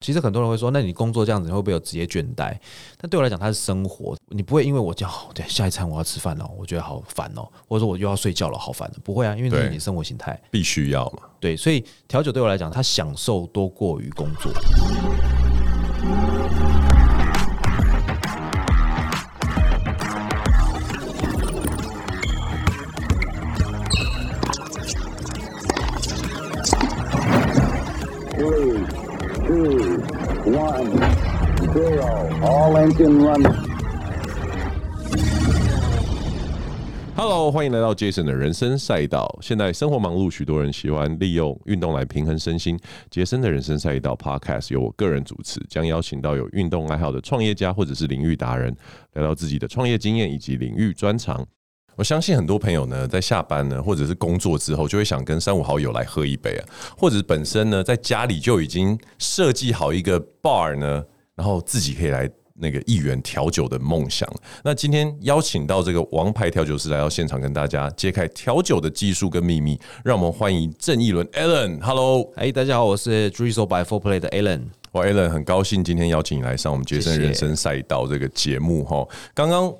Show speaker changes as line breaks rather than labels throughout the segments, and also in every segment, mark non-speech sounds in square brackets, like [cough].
其实很多人会说，那你工作这样子，你会不会有职业倦怠？但对我来讲，它是生活，你不会因为我讲、哦，对，下一餐我要吃饭了，我觉得好烦哦，或者说我又要睡觉了，好烦的，不会啊，因为这是
对
你的生活形态。
必须要嘛。
对，所以调酒对我来讲，它享受多过于工作。
three, two, one, zero. All engine running.
Hello，欢迎来到 Jason 的人生赛道。现在生活忙碌，许多人喜欢利用运动来平衡身心。杰森的人生赛道 Podcast 由我个人主持，将邀请到有运动爱好的创业家或者是领域达人，聊聊自己的创业经验以及领域专长。我相信很多朋友呢，在下班呢，或者是工作之后，就会想跟三五好友来喝一杯啊，或者是本身呢，在家里就已经设计好一个 bar 呢，然后自己可以来那个一元调酒的梦想。那今天邀请到这个王牌调酒师来到现场，跟大家揭开调酒的技术跟秘密。让我们欢迎郑义伦 Alan，Hello，
哎，大家好，我是 Drizzle by Four Play 的 Alan。
我 Alan 很高兴今天邀请你来上我们杰森
谢谢
人生赛道这个节目哈。刚刚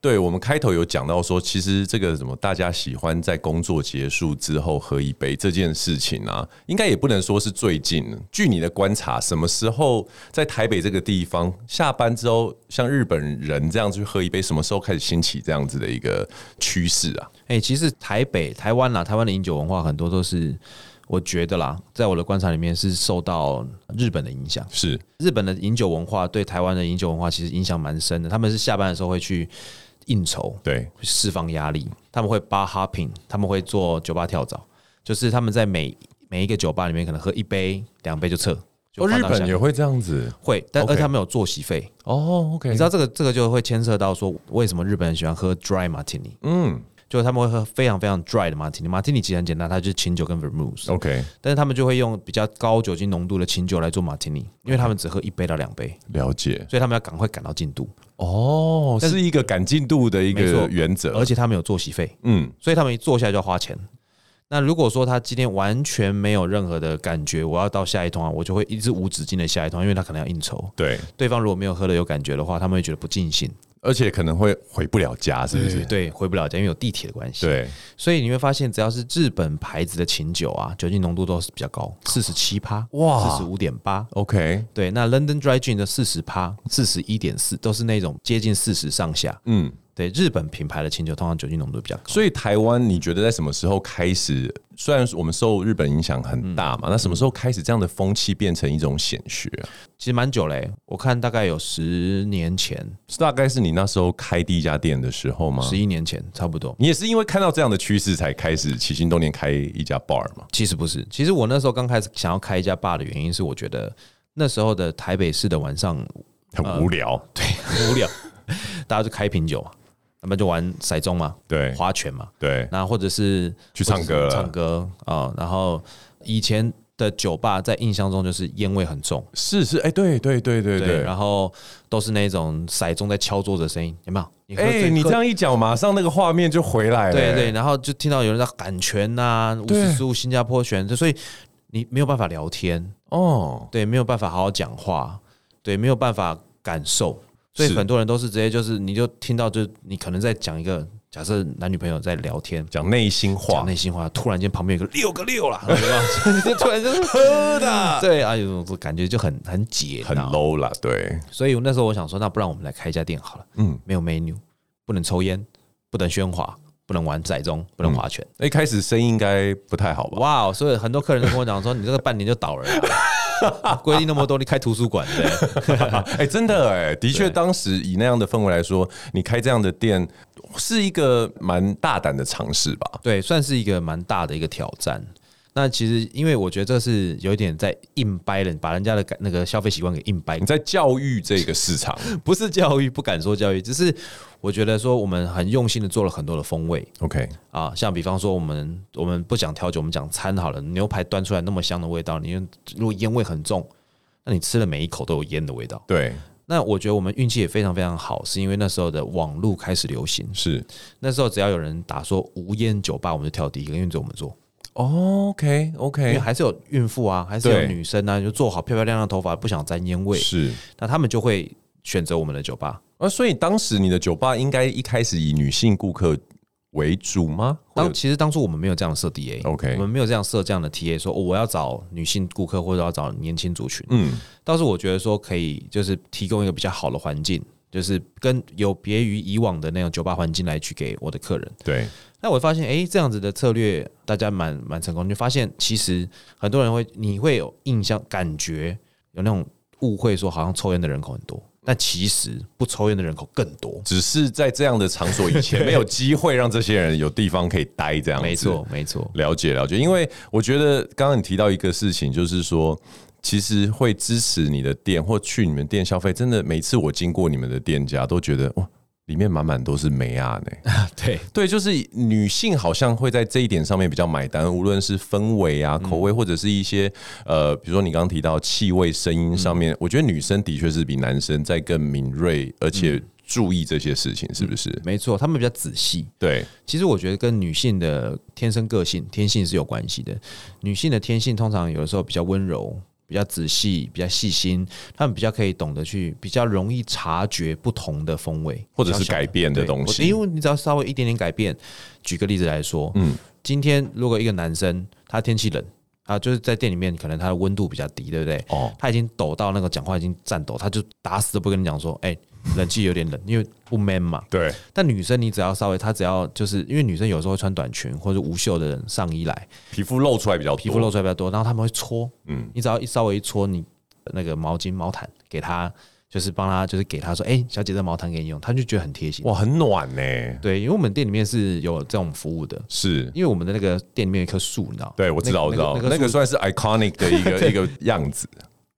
对我们开头有讲到说，其实这个什么大家喜欢在工作结束之后喝一杯这件事情啊，应该也不能说是最近。据你的观察，什么时候在台北这个地方下班之后，像日本人这样去喝一杯，什么时候开始兴起这样子的一个趋势啊？
哎、其实台北、台湾啊啦，台湾的饮酒文化很多都是，我觉得啦，在我的观察里面是受到日本的影响。
是
日本的饮酒文化对台湾的饮酒文化其实影响蛮深的。他们是下班的时候会去应酬，
对
会释放压力，他们会 bar hopping，他们会做酒吧跳蚤，就是他们在每每一个酒吧里面可能喝一杯、两杯就撤。就
哦，
换
日
到下
本也
一个
会这样子
会，但
OK
而且他们有作息费。
哦。OK，
你知道这个这个就会牵涉到说，为什么日本人喜欢喝 dry martini？
嗯
就是他们会喝非常非常 dry 的 martini。martini 其实很简单，它就是清酒跟 vermouth，、
，OK，
但是他们就会用比较高酒精浓度的清酒来做 martini，因为他们只喝一杯到两杯，
了解。
所以他们要赶快赶到进度，
哦，
但
是一个赶进度的一
没
个
错
原则，
而且他们有作息费，
嗯，
所以他们一坐下来就要花钱。那如果说他今天完全没有任何的感觉，我要到下一通啊，我就会一直无止境的下一通，因为他可能要应酬。
对，
对方如果没有喝的有感觉的话，他们会觉得不尽兴，
而且可能会回不了家，是不是？
对，回不了家，因为有地铁的关系。
对，
所以你会发现，只要是日本牌子的琴酒啊，酒精浓度都是比较高，四十七趴，
哇
四十五点八。
，OK，
对，那 London Dry Gin 的四十趴、四十一点四都是那种接近四十上下。
嗯，
对，日本品牌的清酒通常酒精浓度比较高。
所以台湾你觉得在什么时候开始？虽然我们受日本影响很大
嗯
嘛，那什么时候开始这样的风气变成一种显学啊、
其实蛮久嘞、我看大概有十年前、
是大概是你那时候开第一家店的时候吗？
十一年前差不多。
你也是因为看到这样的趋势才开始起心动念开一家 bar 嘛？
其实不是，其实我那时候刚开始想要开一家 bar 的原因是，我觉得那时候的台北市的晚上呃
很无聊，
对很无
[laughs]
聊，大家就开瓶酒嘛，那么就玩骰盅嘛，
对
划拳嘛，
对，
那或者是
去唱歌了
唱歌啊、然后以前的酒吧在印象中就是烟味很重，
是是，哎、对对对对对。
然后都是那种骰盅在敲桌子的声音，有没有？你喝
哎、
醉
你
喝
这样一讲，马上那个画面就回来了、
对对，然后就听到有人在喊拳呐、五
对
十输新加坡拳，就所以你没有办法聊天，
哦，
对，没有办法好好讲话，对，没有办法感受，所以
是
很多人都是直接就是你就听到就是你可能在讲一个假设男女朋友在聊天。
讲内心话
讲，内心话，突然间旁边有个六个六 [laughs] 啦，就突然就是喝的， [laughs] 对啊，有种这感觉就很很解，
很
你知道吗
low 啦，对，
所以那时候我想说，那不然我们来开一家店好了。
嗯
嗯，没有 menu，不能抽烟，不能喧哗，不能玩骰盅，不能划拳。
一开始声音应该不太好吧？
哇哦！所以很多客人都跟我讲说，你这个半年就倒了啊。规定那么多，你开图书馆对？
[laughs] 哎、真的哎、的确，
对
当时以那样的氛围来说，你开这样的店是一个蛮大胆的尝试吧？
[laughs] 对，算是一个蛮大的一个挑战。那其实，因为我觉得这是有一点在硬掰人，把人家的感那个消费习惯给硬掰 [laughs]
你。在教育这个市场
不是教育，不敢说教育，只是我觉得说我们很用心的做了很多的风味
，OK，
啊，像比方说我们我们不讲调酒，我们讲餐好了，牛排端出来那么香的味道，你用如果烟味很重，那你吃了每一口都有烟的味道。
对，
那我觉得我们运气也非常非常好，是因为那时候的网络开始流行，
是
那时候只要有人打说无烟酒吧，我们就跳第一个，因为只有我们做。
哦，OK
因为
OK，
还是有孕妇啊，还是有
对
女生啊，就做好漂漂亮亮的头发，不想沾烟味，
是
那他们就会选择我们的酒吧。
啊，所以当时你的酒吧应该一开始以女性顾客为主吗？或
当
者
其实当初我们没有这样设 DA。
OK
我们没有这样设这样的 TA，说、哦我要找女性顾客或者要找年轻族群，
嗯，
倒是我觉得说可以就是提供一个比较好的环境，就是跟有别于以往的那种酒吧环境来去给我的客人。
对，
那我发现，诶，这样子的策略大家蛮蛮成功，就发现其实很多人会，你会有印象感觉有那种误会，说好像抽烟的人口很多，但
嗯
其实不抽烟的人口更多。
只是在这样的场所
[laughs]
以前没有机会让这些人有地方可以待，这样子
没错，没错，
了解了解，因为我觉得刚刚你提到一个事情，就是说，其实会支持你的店或去你们店消费，真的每次我经过你们的店家，都觉得哇，里面满满都是美亚呢。
对，
[laughs] [laughs] 对，就是女性好像会在这一点上面比较买单，无论是氛围啊、口味，或者是一些呃，比如说你刚刚提到气味、声音上面，我觉得女生的确是比男生在更敏锐，而且注意这些事情，是不是？
没错，他们比较仔细。
嗯对，
其实我觉得跟女性的天生个性、天性是有关系的。女性的天性通常有的时候比较温柔、比较仔细、比较细心，她们比较可以懂得去，比较容易察觉不同的风味，
或者
比较
是
小的
改变的
对
东
我
西
因为你只要稍微一点点改变，举个例子来说，
嗯
嗯，今天如果一个男生他天气冷。啊，就是在店里面，可能他的温度比较低，对不对？
哦
他已经抖到那个讲话已经颤抖，他就打死都不跟你讲说，哎、冷气有点冷，因为不 man 嘛。
对，
但女生你只要稍微，她只要就是因为女生有时候会穿短裙或者无袖的上衣来，
皮肤露出来比较多，
皮肤露出来比较多，然后她们会搓，
嗯
嗯，你只要一稍微一搓，你那个毛巾毛毯给她，就是帮她就是给她说，哎、小姐这毛毯给你用，她就觉得很贴心。
哇，很暖呢、
对，因为我们店里面是有这种服务的，
是，
因为我们的那个店里面有一棵树，你知道？
对，我知道，我
那
知
个
道，
那个
那
那
个
个树
算是 iconic 的
[laughs]
一个一个样子。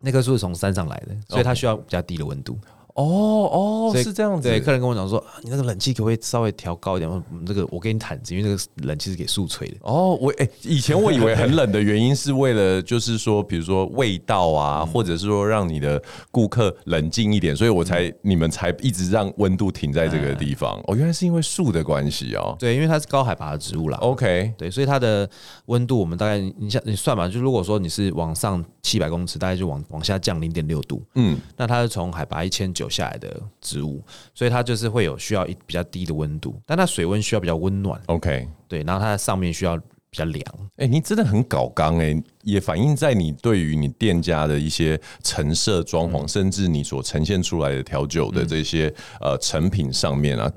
那棵树是从山上来的，所以它需要比较低的温度。
哦哦
所以对，客
对，
人跟我讲说，啊你那个冷气可不可以稍微调高一点？我说嗯这个我给你毯子，因为那个冷气是给树吹的。
哦，我哎、以前我以为很冷的原因是为了，就是说，比如说味道
嗯
啊，或者是说让你的顾客冷静一点，所以我
嗯
才、你们才一直让温度停在这个地方。
哎
哦，原来是因为树的关系哦。
对，因为它是高海拔的植物啦。
OK，
对，所以它的温度我们大概你像你算嘛，就如果说你是往上七百公尺，大概就往往下降零点六度，
嗯，
那它是从海拔一千九下来的植物，所以它就是会有需要一比较低的温度，但它水温需要比较温暖，
，OK。
对，然后它上面需要比较凉，
哎、你真的很搞刚哎、也反映在你对于你店家的一些陈设装潢，甚至你所呈现出来的调酒的这些、呃成品上面啊。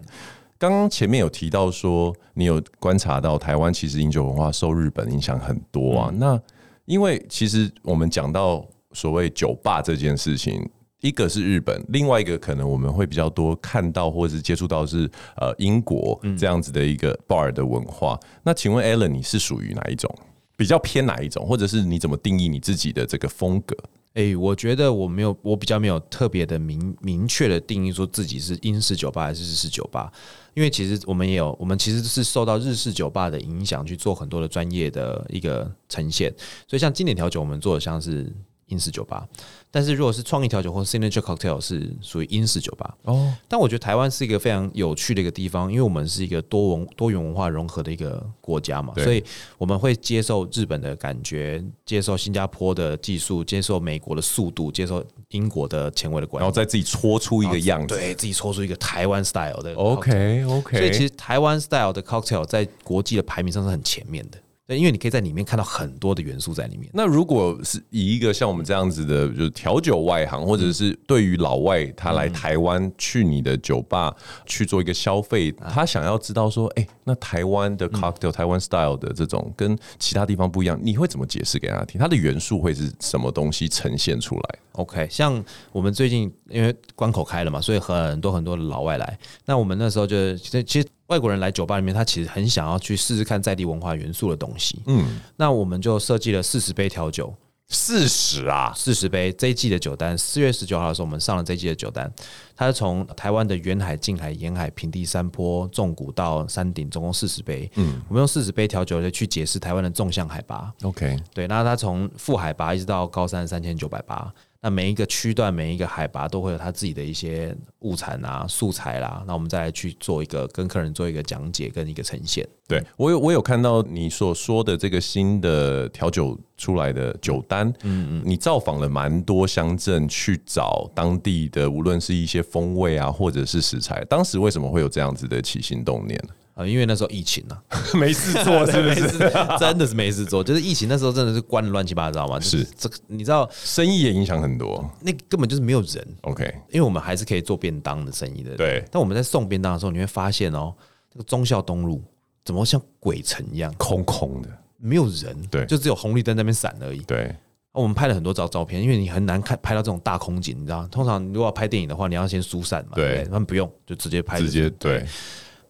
刚刚前面有提到说，你有观察到台湾其实饮酒文化受日本影响很多
嗯
啊。那因为其实我们讲到所谓酒吧这件事情，一个是日本，另外一个可能我们会比较多看到或是接触到是呃英国
嗯
这样子的一个 bar 的文化。那请问 Alan，你是属于哪一种？比较偏哪一种，或者是你怎么定义你自己的这个风格？
诶、我觉得我没有，我比较没有特别的明明确的定义说自己是英式酒吧还是日式酒吧，因为其实我们也有，我们其实是受到日式酒吧的影响去做很多的专业的一个呈现，所以像经典调酒我们做的像是英式酒吧，但是如果是创意调酒或 signature cocktail 是属于英式酒吧，
哦，
但我觉得台湾是一个非常有趣的一个地方，因为我们是一个多文多元文化融合的一个国家嘛，
对
所以我们会接受日本的感觉，接受新加坡的技术，接受美国的速度，接受英国的前卫的观
然后
念，
再自己搓出一个样子。
对自己抽出一个台湾 style 的
OK OK，
cocktail 所以其实台湾 style 的 cocktail 在国际的排名上是很前面的，对，因为你可以在里面看到很多的元素在里面。
那如果是以一个像我们这样子的，就是调酒外行，或者是对于老外他来台湾去你的酒吧去做一个消费，他想要知道说，哎、那台湾
嗯
的 cocktail、台湾 style 的这种跟其他地方不一样，你会怎么解释给他听？它的元素会是什么东西呈现出来？
OK，像我们最近因为关口开了嘛，所以很多很多的老外来。那我们那时候就是，其实其实外国人来酒吧里面，他其实很想要去试试看在地文化元素的东西。
嗯，
那我们就设计了四十杯调酒，
事实啊，
四十杯这一季的酒单。四月十九号的时候，我们上了这一季的酒单，它是从台湾的远海、近海、沿海、平地、山坡、纵谷到山顶，总共四十杯。嗯，我们用四十杯调酒来去解释台湾的纵向海拔。
OK，
对，那它从负海拔一直到高山三千九百八，那每一个区段、每一个海拔都会有它自己的一些物产啊、素材啦，那我们再来去做一个跟客人做一个讲解跟一个呈现。
对我有我有看到你所说的这个新的调酒出来的酒单，嗯嗯，你造访了蛮多乡镇去找当地的，无论是一些风味啊，或者是食材。当时为什么会有这样子的起心动念？
呃，因为那时候疫情啊，[laughs]
[laughs] 没事做是不
没
是？
事，真的是没事做，就是疫情那时候真的是关的乱七八糟嘛。就是这个，你知道，
[laughs] 生意也影响很多。
那个根本就是没有人，
OK，
因为我们还是可以做便当的生意的。
对
但我们在送便当的时候，你会发现哦，这个忠孝东路怎么像鬼城一样，
空空的，
没有人，
对
就只有红绿灯在那边闪而已。
对
啊我们拍了很多张照片，因为你很难看拍到这种大空景，你知道，通常如果要拍电影的话，你要先疏散嘛，
对
对不对，他们不用，就直接拍，
直接对，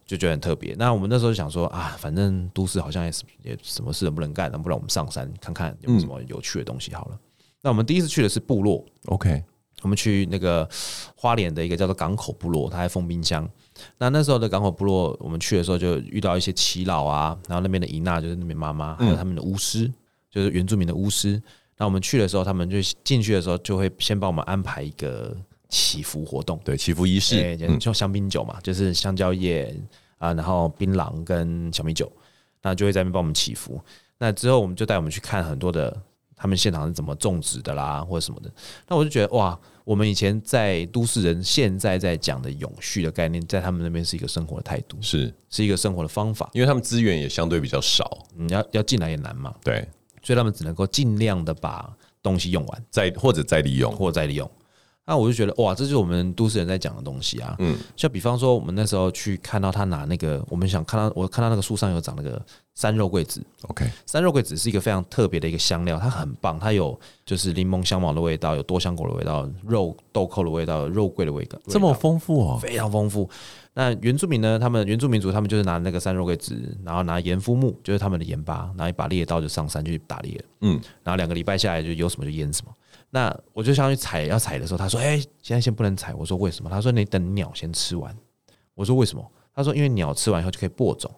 就觉得很特别。那我们那时候就想说啊，反正都市好像也是也什么事都不能干，那不然我们上山看看有没有什么有趣的东西好了。那我们第一次去的是部落，
OK，
我们去那个花莲的一个叫做港口部落，它在封冰箱。那那时候的港口部落，我们去的时候就遇到一些耆老啊，然后那边的姨娜就是那边妈妈，还有他们的巫师，就是原住民的巫师。那我们去的时候，他们就进去的时候就会先帮我们安排一个祈福活动，
对，祈福仪式嗯
对，，就就香槟酒嘛，就是香蕉叶啊，然后槟榔跟小米酒，那就会在那边帮我们祈福。那之后我们就带我们去看很多的他们现场是怎么种植的啦，或者什么的。那我就觉得哇，我们以前在都市人现在在讲的永续的概念，在他们那边是一个生活的态度，
是
是一个生活的方法。
因为他们资源也相对比较少，
你、要要进来也难嘛，
对，
所以他们只能够尽量的把东西用完。
再或者再利用，
或再利用。那我就觉得哇，这就是我们都市人在讲的东西啊。嗯，像比方说，我们那时候去看到他拿那个，我们想看到我看到那个树上有长那个山肉桂子，
OK，
山肉桂子是一个非常特别的一个香料，它很棒，它有就是柠檬香茅的味道，有多香果的味道，肉豆蔻的味道，有肉桂的味道，
这么
味道
丰富哦，
非常丰富。那原住民呢？他们原住民族他们就是拿那个山肉桂子，然后拿盐夫木，就是他们的盐巴，拿一把猎刀就上山去打猎。
嗯，
然后两个礼拜下来就有什么就腌什么。那我就上去采，要采的时候，他说：“哎、现在先不能采。”我说：“为什么？”他说：“你等鸟先吃完。”我说：“为什么？”他说：“因为鸟吃完以后就可以播种，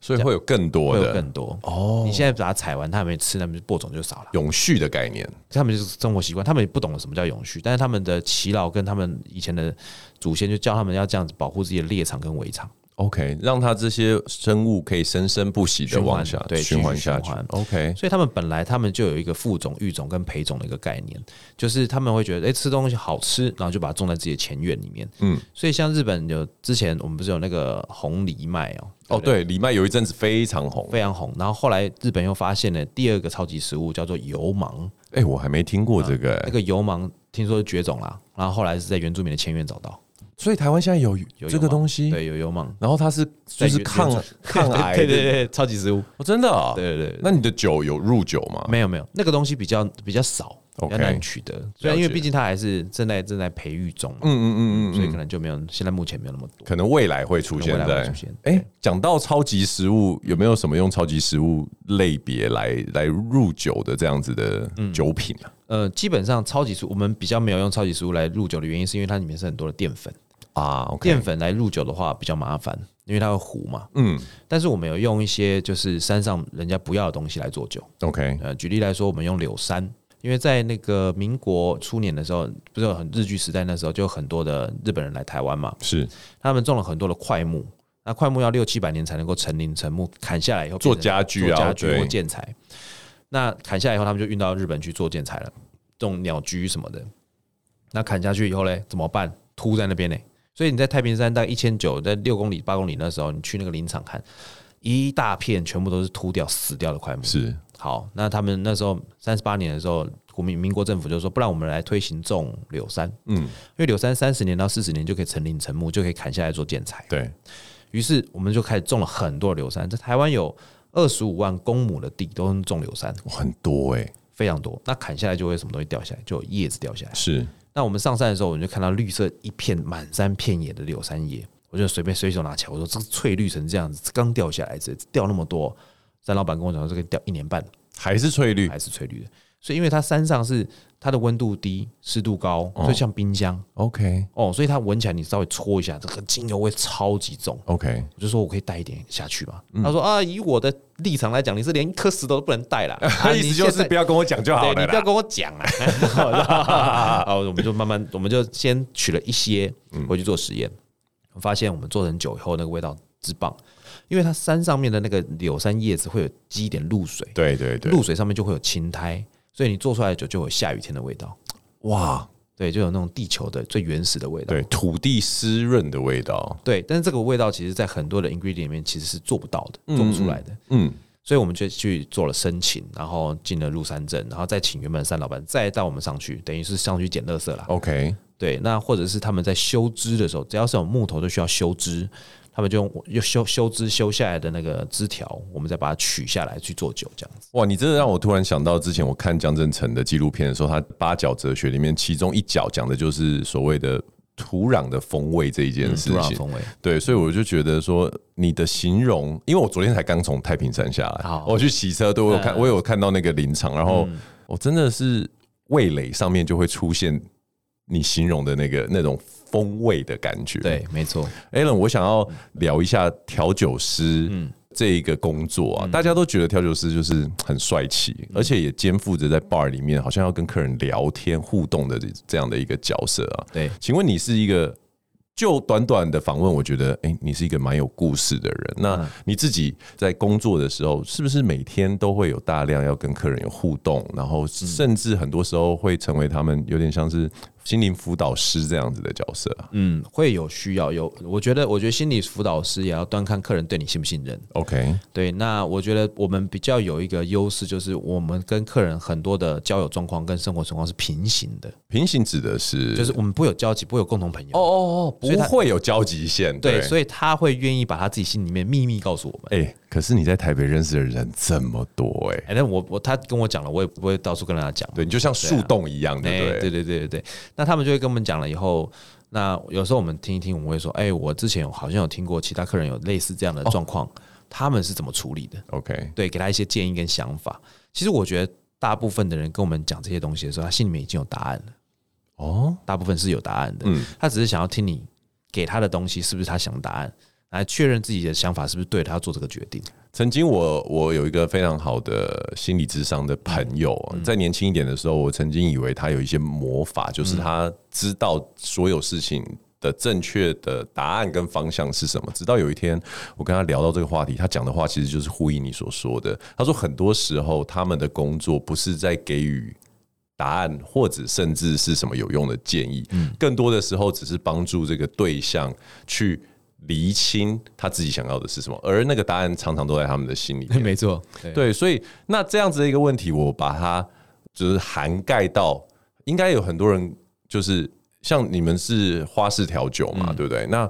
所以会有更多
会
的
有更多。
哦
你现在把它采完，它还没吃，那么播种就少了。
永续的概念，
他们就是生活习惯，他们也不懂得什么叫永续，但是他们的耆老跟他们以前的祖先就教他们要这样子保护自己的猎场跟围场。
OK，让它这些生物可以生生不息的
循环
往下
对
循环
继续
下
循
去
环。
OK，
所以他们本来他们就有一个副种、育种跟培种的一个概念，就是他们会觉得，哎、吃东西好吃，然后就把它种在自己的前院里面。
嗯，
所以像日本有之前我们不是有那个红藜麦哦、
哦，
不，
对，藜麦有一阵子非常红，
非常红。然后后来日本又发现了第二个超级食物叫做油芒，
哎、我还没听过这个、
那个油芒听说是绝种啦，然后后来是在原住民的前院找到
所以台湾现在有
有油
这个
芒
东西，
对，有油芒。
然后它是就
在
是
原
抗 [laughs]
原种
抗癌
[laughs] 对
的，
对对，对超级食物，
哦真的、啊，
对对对
那你的酒有入酒吗？
没有没有，那个东西比较比较少，比
哦 OK
较难取得，所以因为
了解
毕竟它还是正在正在培育中嘛，
嗯嗯嗯嗯，
所以可能就没有现在目前没有那么多。
可能未来会出现
可能未来
在
会出现。
哎、讲到超级食物，有没有什么用超级食物类别来来入酒的这样子的酒品啊？
呃，基本上超级食物我们比较没有用超级食物来入酒的原因，是因为它里面是很多的淀粉，
啊
淀
，OK，
粉来入酒的话比较麻烦，因为它会糊嘛。
嗯
但是我们有用一些就是山上人家不要的东西来做酒，
，OK，
呃，举例来说，我们用柳杉，因为在那个民国初年的时候，不是有很日据时代那时候，就有很多的日本人来台湾嘛，
是
他们种了很多的块木，那块木要六七百年才能够成林成木，砍下来以后
做
变成
家具啊
做家具
对
或建材。那砍下来以后，他们就运到日本去做建材了，种鸟居什么的。那砍下去以后嘞，怎么办？秃在那边嘞，所以你在太平山大概一千九，在六公里、八公里那时候，你去那个林场看，一大片全部都是秃掉、死掉的块木。
是
好，那他们那时候三十八年的时候，国民民国政府就说，不然我们来推行种柳杉，嗯，因为柳杉三十年到四十年就可以成林成木，就可以砍下来做建材。
对，
于是我们就开始种了很多柳杉，在台湾有二十五万公亩的地都是种柳杉，
哇很多哎、
非常多。那砍下来就会什么东西掉下来，就有叶子掉下来。
是
那我们上山的时候，我们就看到绿色一片满山遍野的柳杉叶，我就随便随手拿起来，我说这个翠绿成这样子，刚掉下来，这掉那么多。山老板跟我讲说，这个掉一年半
还是翠绿
还是翠绿的，所以因为它山上是它的温度低、湿度高，
哦
所以像冰箱
OK
哦，所以它闻起来你稍微搓一下，这个精油味超级重。
OK，
我就说我可以带一点下去嘛。
嗯
他说啊，以我的立场来讲，你是连一颗石头都不能带啦。啊
[laughs] 意思就是不要跟我讲就好
对
了
你不要
啦。
跟我讲啊！ [laughs] 好，我们就慢慢，我们就先取了一些
嗯
回去做实验，发现我们做成酒以后，那个味道之棒，因为它山上面的那个柳杉叶子会有积一点露水，
对对对，
露水上面就会有青苔，所以你做出来的酒就有下雨天的味道，
哇，
对，就有那种地球的最原始的味道。
对，土地湿润的味道。
对，但是这个味道其实，在很多的 ingredient 里面其实是做不到的，做不出来的。
嗯，
所以我们就去做了申请，然后进了鹿山镇，然后再请原本的山老板再带我们上去，等于是上去捡垃圾啦。
OK，
对，那或者是他们在修枝的时候，只要是有木头就需要修枝，他们就用用修修枝修下来的那个枝条，我们再把它取下来去做酒，这样子。
哇，你真的让我突然想到之前我看江振成的纪录片的时候，他八角哲学里面其中一角讲的就是所谓的土壤的风味这一件事
嗯土壤
情。
风味，
对，所以我就觉得说，你的形容，因为我昨天才刚从太平山下来
好，嗯
我去骑车，对我有看，我有看到那个林场，然后我真的是味蕾上面就会出现你形容的那个那种风味的感觉。
对，没错，
Alan，我想要聊一下调酒师
嗯
这一个工作啊，大家都觉得调酒师就是很帅气，
嗯
而且也肩负着在 bar 里面好像要跟客人聊天互动的这这样的一个角色啊。
对
请问你是一个就短短的访问，我觉得哎、诶你是一个蛮有故事的人。那你自己在工作的时候，是不是每天都会有大量要跟客人有互动，然后甚至很多时候会成为他们有点像是心灵辅导师这样子的角色啊
嗯，会有需要有，我觉得，我觉得心理辅导师也要端看客人对你信不信任。
嗯？OK，
对，那我觉得我们比较有一个优势，就是我们跟客人很多的交友状况跟生活状况是平行的，
平行指的是
就是我们不会有交集，不会有共同朋友。
哦哦哦，不
所以他
会有交集线。
对，所
以
以他会愿意把他自己心里面秘密告诉我们。
哎、可是你在台北认识的人这么多哎、
哎、但我我他跟我讲了，我也不会到处跟他讲。
对你就像树洞一样，对不
哎，对
对？
对对对对。那他们就会跟我们讲了以后，那有时候我们听一听，我们会说，哎、我之前好像有听过其他客人有类似这
哦
样的状况，他们是怎么处理的？
OK，
对，给他一些建议跟想法。其实我觉得大部分的人跟我们讲这些东西的时候，他心里面已经有答案了，
哦，
大部分是有答案的。
嗯
他只是想要听你给他的东西是不是他想的答案，来确认自己的想法是不是对的，他要做这个决定。
曾经我我有一个非常好的心理智商的朋友啊，在年轻一点的时候，我曾经以为他有一些魔法，就是他知道所有事情。的正确的答案跟方向是什么？直到有一天，我跟他聊到这个话题，他讲的话其实就是呼应你所说的。他说，很多时候他们的工作不是在给予答案，或者甚至是什么有用的建议。更多的时候只是帮助这个对象去厘清他自己想要的是什么，而那个答案常常都在他们的心里面。
没错，对
对，所以那这样子的一个问题，我把它就是涵盖到，应该有很多人就是像你们是花式调酒嘛，对不对？那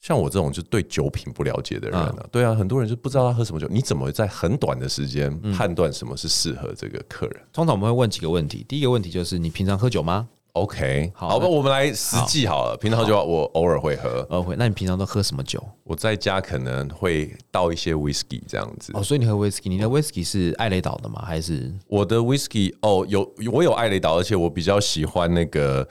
像我这种就对酒品不了解的人啊，对啊，很多人就不知道他喝什么酒，你怎么在很短的时间判断什么是适合这个客人？
通常我们会问几个问题，第一个问题就是你平常喝酒吗？
OK，
好
好吧，
那
我们来实际好了。平常就我偶尔会喝，
呃，会，那你平常都喝什么酒？
我在家可能会倒一些 whisky 这样子。
哦，所以你喝 whisky，你的 whisky 是艾雷岛的吗？还是
我的 whisky 哦，有我有艾雷岛，而且我比较喜欢那个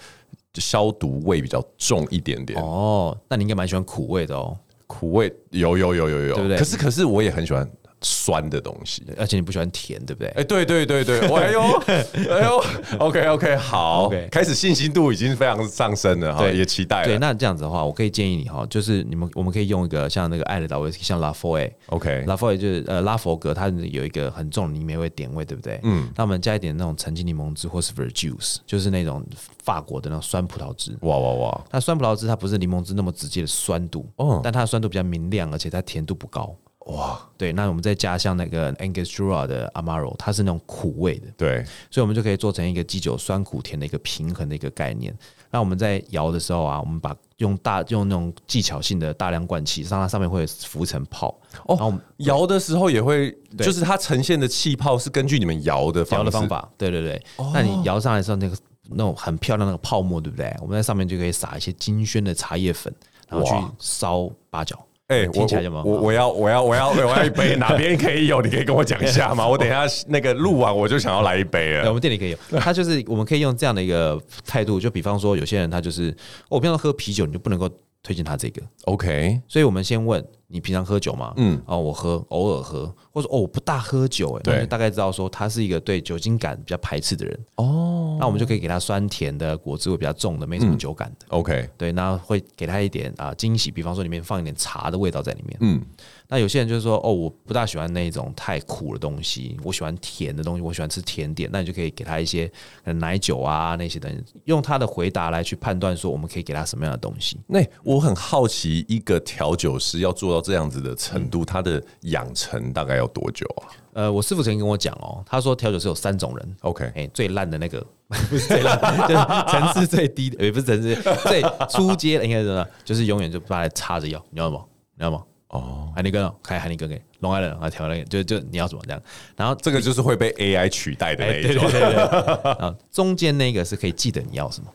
消毒味比较重一点点，
哦，那你应该蛮喜欢苦味的哦，
苦味有有有有有，
对不对
可是可是我也很喜欢酸的东西。
而且你不喜欢甜，对不对？
哎、对对对
[laughs]
对，我哎呦哎呦，OK OK，好
OK
开始信心度已经非常上升了哈，
对
也期待
对，
了。
那这样子的话，我可以建议你哈，就是你们我们可以用一个像那个艾雷岛威士忌，像拉佛诶，
OK
拉佛诶就是呃拉佛格，它有一个很重的泥煤味点味，对不对？嗯，那我们加一点那种橙金柠檬汁或是 verjuice，就是那种法国的那种酸葡萄汁。
哇哇哇，
那酸葡萄汁它不是柠檬汁那么直接的酸度，
哦
哦，但它的酸度比较明亮，而且它甜度不高。哇，对，那我们再加像那个 Angostura 的 Amaro，它是那种苦味的，
对，
所以我们就可以做成一个基酒酸苦甜的一个平衡的一个概念。那我们在摇的时候啊，我们把用大用那种技巧性的大量灌气，让它上面会浮成泡。
哦
然后我们
摇的时候也会，
对
就是它呈现的气泡是根据你们摇的方
摇的
式
方。法，对对对。
哦
那你摇上来的时候，那个那种很漂亮那个泡沫，对不对？我们在上面就可以撒一些金萱的茶叶粉，然后去
哇
烧八角。
哎、哎，
听
我
起来就蛮好
我我要我要我要我要
[laughs]
一杯，哪边可以有？你可以跟我讲一下吗？我等一下那个录完我就想要来一杯
哎对，我
了。
们店里可以
[laughs]
有，他就是我们可以用这样的一个态度，就比方说有些人他就是，哦我平常喝啤酒，你就不能够推荐他这个，
OK，
所以我们先问你平常喝酒吗？
嗯
嗯，哦，我喝，偶尔喝，或者哦我不大喝酒、欸，
对
那就大概知道说他是一个对酒精感比较排斥的人，
哦
那我们就可以给他酸甜的果汁味比较重的，没什么酒感的，
，OK，
对，那会给他一点啊、惊喜，比方说里面放一点茶的味道在里面。
嗯，
那有些人就是说，哦，我不大喜欢那种太苦的东西，我喜欢甜的东西，我喜欢吃甜点。那你就可以给他一些可能奶酒啊那些东西，用他的回答来去判断说我们可以给他什么样的东西。
那我很好奇，一个调酒师要做到这样子的程度，他的养成大概要多久啊
呃，我师傅曾经跟我讲哦，他说调酒师有三种人，哎、
？OK，
最烂的那个 [laughs] 不是最烂， [laughs] 就是层次最低的，也不是层次最初阶的，应该是什么？就是永远就把他插着腰，你要什么？你要什么？
哦，
海尼根哦，开海尼根给龙爱人啊，调那个，就就你要什么这样？然后
这个就是会被 AI 取代的
哎、
那
对
一
对
种
对。对，啊，中间那个是可以记得你要什么。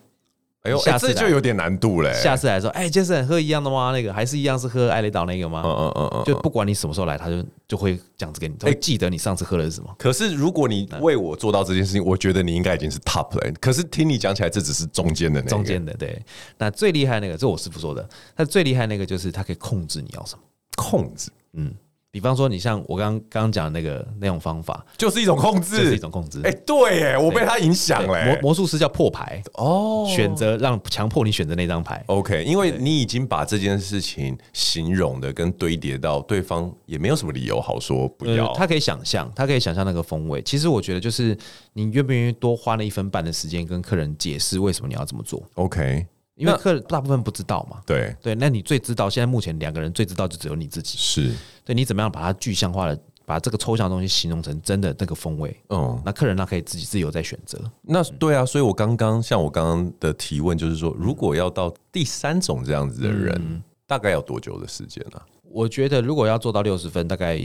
哎呦，
下
哎
次
这
来
就有点难度嘞。
[laughs] 下次来说，哎、杰森喝一样的吗？那个还是一样是喝艾雷岛那个吗？
嗯嗯嗯嗯，
就不管你什么时候来，他就就会这样子给你，他会记得你上次喝的是什么。
可是如果你
嗯
为我做到这件事情，我觉得你应该已经是 top 了。可是听你讲起来，这只是中间的那个
中间的对，那最厉害那个，这我师傅说的，他最厉害那个就是他可以控制你要什么。
控制，
嗯，比方说你像我刚刚刚讲的那个那种方法，
就是一种控制，
就是一种控制
哎，对，哎，我被
对
他影响
对
了
魔。魔术师叫破牌，
哦
选择让强迫你选择那张牌。
OK，因为你已经把这件事情形容的跟堆叠到对方也没有什么理由好说不要
呃，。他可以想象，他可以想象那个风味。其实我觉得，就是你愿不愿意多花那一分半的时间跟客人解释为什么你要这么做，
OK，
因为客人大部分不知道嘛。
对，
对，那你最知道，现在目前两个人最知道就只有你自己。
是，
对你怎么样把它具象化的，把这个抽象的东西形容成真的那个风味？
嗯，
那客人那可以自己自由在选择。
那
嗯
对啊，所以我刚刚像我刚刚的提问就是说，如果要到第三种这样子的人，
嗯
大概要多久的时间啊？
我觉得如果要做到六十分，大概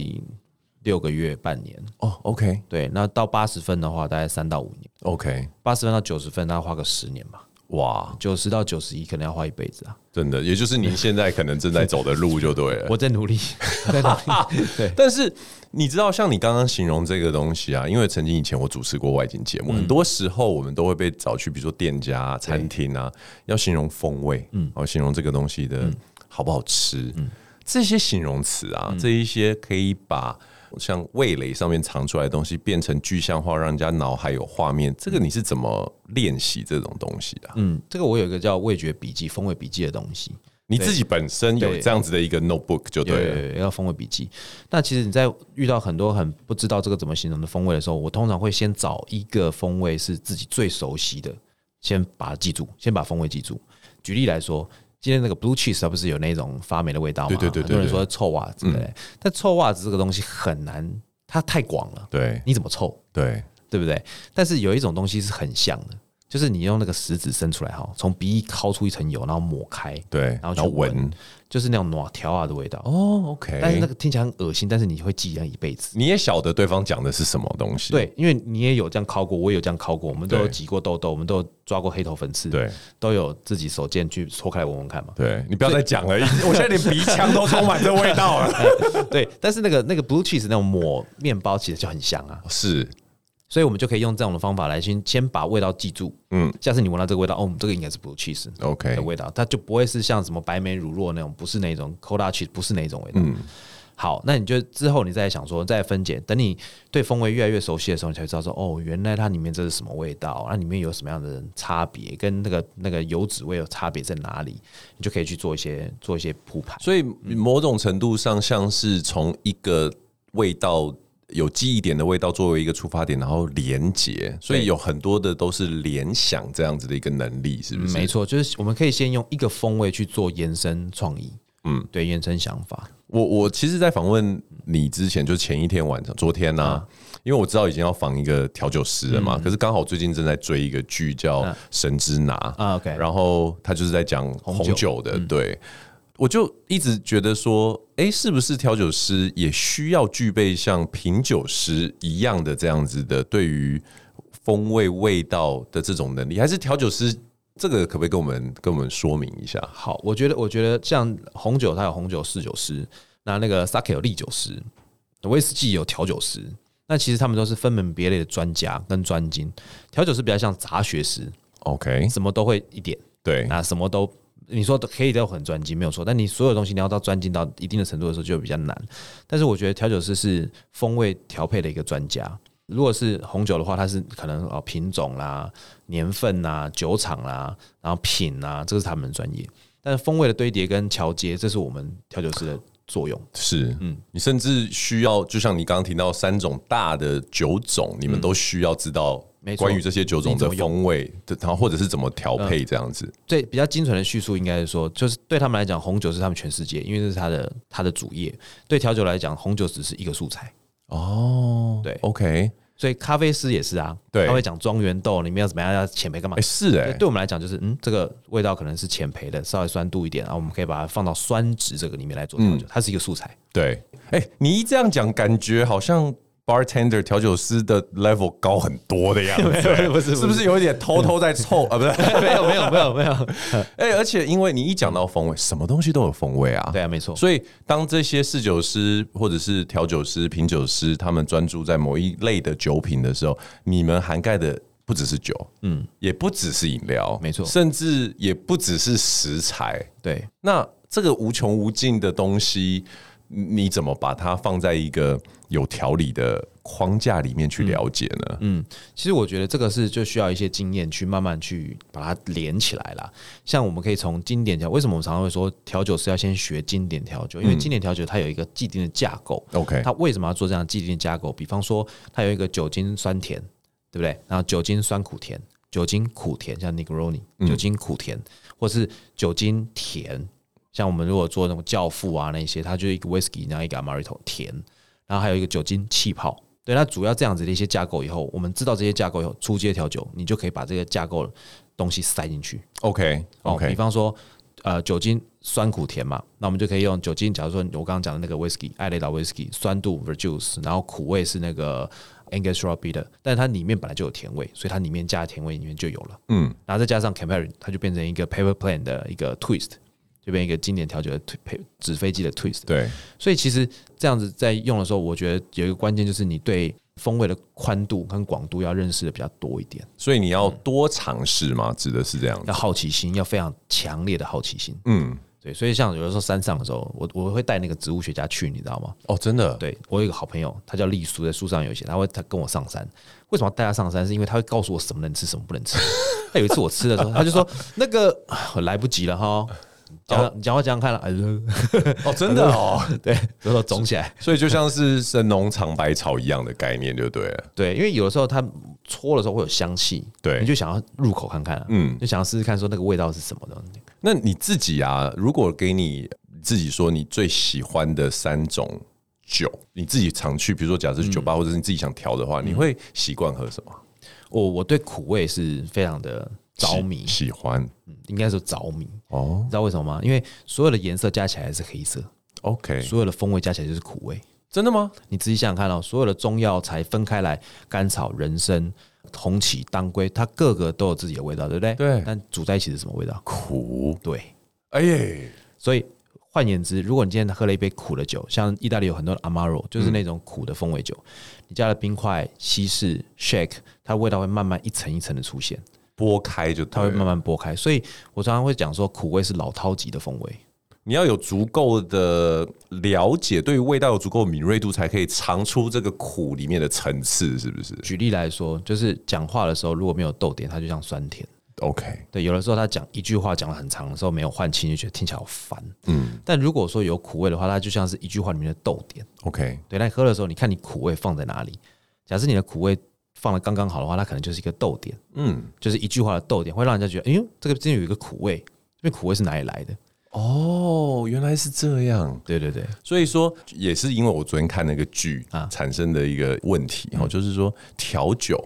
六个月、半年。
哦，OK，OK，、
对，那到八十分的话，大概三到五年；八十分到九十分，大概花个十年吧。
哇，
九十到九十一，可能要花一辈子啊！
真的，也就是您现在可能正在走的路就 [laughs] 对了。
我在努力， [laughs] 在努力。 [laughs] 对，
但是你知道，像你刚刚形容这个东西啊，因为曾经以前我主持过外景节目，很多时候我们都会被找去，比如说店家、啊、餐厅啊，要形容风味，嗯，然后形容这个东西的好不好吃，嗯，这些形容词啊，这一些可以把。像味蕾上面藏出来的东西变成具象化，让人家脑海有画面，这个你是怎么练习这种东西的、啊？
嗯，这个我有一个叫味觉笔记、风味笔记的东西，
你自己本身有
对
这样子的一个 notebook 就
有
对啊了。
有有一个风味笔记。那其实你在遇到很多很不知道这个怎么形容的风味的时候，我通常会先找一个风味是自己最熟悉的，先把它记住，先把风味记住。举例来说。今天那个 blue cheese 它不是有那种发霉的味道吗？
对对对对
很多人
对嗯
说臭袜子，对不对？但臭袜子这个东西很难，它太广了，
对
你怎么臭？
对，
对不对？但是有一种东西是很像的，就是你用那个食指伸出来哈，从鼻翼掏出一层油，然后抹开，
对
然后
然
去
后闻，
就是那种暖条啊的味道。
哦，OK，
但是那个听起来很恶心，但是你会记得一辈子。
你也晓得对方讲的是什么东西。
对，因为你也有这样烤过，我也有这样烤过，我们都有
对
挤过痘痘，我们都有抓过黑头粉刺，
对，。
都有自己手贱去搓开来闻闻看嘛
[laughs] 对，你不要再讲了，我现在连鼻腔都充满这味道
[laughs] 哎
了。
对，但是那个那个 blue cheese 那种抹面包其实就很香啊，
是，
所以我们就可以用这种的方法来先先把味道记住。
嗯
下次你闻到这个味道，哦，这个应该是 blue cheese。
，OK，
的味道，它就不会是像什么白梅乳酪那种，不是那种 cola cheese，不是那种味道。
嗯
好，那你就之后你再想说，再分解，等你对风味越来越熟悉的时候，你才会知道说，哦，原来它里面这是什么味道，啊那里面有什么样的差别，跟那个那个油脂味有差别在哪里，你就可以去做一些做一些铺排。
所以某种程度上，像是从一个味道有记忆点的味道作为一个出发点，然后连接，所以有很多的都是联想这样子的一个能力，是不是？
没错，就是我们可以先用一个风味去做延伸创意，嗯，对，延伸想法，
我我其实，在访问你之前，就前一天晚上，昨天呢、
嗯
因为我知道已经要访一个调酒师了嘛，可是刚好最近正在追一个剧叫《神之拿》
嗯啊，OK
然后他就是在讲
酒嗯
红酒的，对。我就一直觉得说，哎、是不是调酒师也需要具备像品酒师一样的这样子的对于风味味道的这种能力？还是调酒师这个可不可以跟我们跟我们说明一下？
好，我觉得我觉得像红酒，它有红酒侍酒师，那那个 sake 有利酒师，威士忌有调酒师。那其实他们都是分门别类的专家跟专精。调酒师比较像杂学师，
OK，
什么都会一点，
对，
那什么都你说可以都很专精没有错，但你所有东西你要到专精到一定的程度的时候就比较难。但是我觉得调酒师是风味调配的一个专家。如果是红酒的话，它是可能哦品种啦、年份啦、酒厂啦，然后品啦，这是他们的专业。但是风味的堆叠跟桥接，这是我们调酒师的作用。
是，嗯，你甚至需要，就像你刚刚提到三种大的酒种，你们都需要知道
嗯没错
关于这些酒种的风味，对然后或者是怎么调
嗯
配这样子。
最比较精准的叙述应该是说，就是对他们来讲，红酒是他们全世界，因为这是他的他的主业。对调酒来讲，红酒只是一个素材。
哦，
对
，OK，
所以咖啡师也是啊，
对
他会讲庄园豆里面要怎么样，要浅焙干嘛
哎，？是哎、
啊对，对我们来讲就是，嗯，这个味道可能是浅焙的，稍微酸度一点，然后我们可以把它放到酸值这个里面来做
嗯
调酒，它是一个素材。 [laughs]
对，哎、你一这样讲，感觉好像 bartender 调酒师的 level 高很多的样子、
[laughs]
哎
不是不是
是不是有一点偷偷
[laughs]
在凑啊？不是，
没有没有没有没有，
哎、而且因为你一讲到风味，什么东西都有风味啊。
对啊，没错，
所以，当这些侍酒师或者是调酒师、品酒师，他们专注在某一类的酒品的时候，你们涵盖的不只是酒，嗯，也不只是饮料，
没错
甚至也不只是食材。
对。
那这个无穷无尽的东西，你怎么把它放在一个有条理的框架里面去了解呢？嗯，
其实我觉得这个是就需要一些经验去慢慢去把它连起来啦。像我们可以从经典调，为什么我们常常会说调酒师要先学经典调酒？因
嗯
为经典调酒它有一个既定的架构。
OK
它为什么要做这样既定的架构？比方说，它有一个酒精酸甜，对不对？然后酒精酸苦甜，酒精苦甜，像 Negroni，酒精苦甜，或是酒精甜，像我们如果做那种教父啊那些，它就是一个 whisky，然后一个 amaretto 甜，然后还有一个酒精气泡。对，那主要这样子的一些架构以后，我们知道这些架构以后，出街调酒，你就可以把这个架构的东西塞进去。
OK
哦
OK，
比方说，呃，酒精酸苦甜嘛，那我们就可以用酒精，假如说我刚刚讲的那个 whisky 艾雷岛 whisky，酸度 verjuice，然后苦味是那个 Angus r o b i t e 但是它里面本来就有甜味，所以它里面加的甜味里面就有了。
嗯，
然后再加上 comparing，它就变成一个 paper plane 的一个 twist，就变成一个经典调酒的 twi- 纸飞机的 twist。
对，
所以其实这样子在用的时候，我觉得有一个关键就是你对风味的宽度跟广度要认识的比较多一点，
所以你要多尝试嘛，指的是这样子
要。好奇心，要非常强烈的好奇心。
嗯，
对，所以像有的时候山上的时候，我我会带那个植物学家去，你知道吗？
哦，真的，
对我有一个好朋友，他叫丽苏，在书上有写，他会他跟我上山。为什么要带他上山？是因为他会告诉我什么能吃，什么不能吃。 [laughs] 他有一次我吃的时候，他就说那个我来不及了哈，你讲你讲话讲讲看了， [laughs] 哎
哦，真的哦，
对，然后肿起来。
所以就像是神农尝百草一样的概念，就对了。
对，因为有的时候它搓的时候会有香气，
对
你就想要入口看看、啊，
嗯
嗯，就想要试试看说那个味道是什么的。
那你自己啊，如果给你自己说你最喜欢的三种酒，你自己常去，比如说假设去酒
嗯
吧，或者是你自己想调的话，你会习惯喝什么？
我哦我对苦味是非常的着迷，
喜喜欢
嗯应该说着迷。
哦
你知道为什么吗？因为所有的颜色加起来是黑色，
，OK，
所有的风味加起来就是苦味。
真的吗？
你仔细想想看哦，所有的中药材分开来，甘草、人参、红芪、当归，它各个都有自己的味道，对不对？
对
但煮在一起是什么味道？
苦，
对，
哎耶，
所以换言之，如果你今天喝了一杯苦的酒，像意大利有很多的 Amaro，就是那种苦的风味酒，你加了冰块、稀释、shake，它味道会慢慢一层一层的出现，
拨开就
它
它
会慢慢拨开。所以我常常会讲说，苦味是老饕级的风味。
你要有足够的了解，对于味道有足够的敏锐度，才可以尝出这个苦里面的层次，是不是
举例来说，就是讲话的时候如果没有逗点，它就像酸甜。
？OK，
对，有的时候他讲一句话讲了很长的时候没有换气，你就觉得听起来好烦。嗯，但如果说有苦味的话，它就像是一句话里面的逗点。
OK，
对，那你喝的时候，你看你苦味放在哪里？假设你的苦味放的刚刚好的话，它可能就是一个逗点，
嗯，
就是一句话的逗点，会让人家觉得，哎呦，这个真的有一个苦味，这个苦味是哪里来的？
哦，原来是这样。
对对对，
所以说，也是因为我昨天看那个剧
啊嗯
产生的一个问题哦，就是说调酒